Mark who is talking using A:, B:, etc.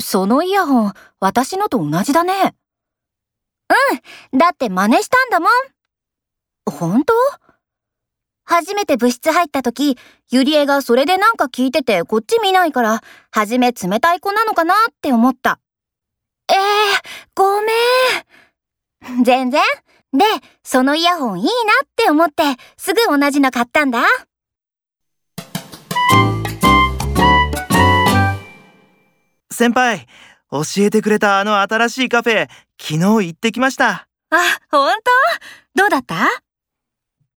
A: そのイヤホン、私のと同じだね。
B: うん、だって真似したんだもん。
A: 本当
B: 初めて部室入った時、ゆりえがそれでなんか聞いててこっち見ないから、はじめ冷たい子なのかなって思った。ええー、ごめん。全然。で、そのイヤホンいいなって思って、すぐ同じの買ったんだ。
C: 先輩、教えてくれたあの新しいカフェ、昨日行ってきました。
B: あ、本当どうだった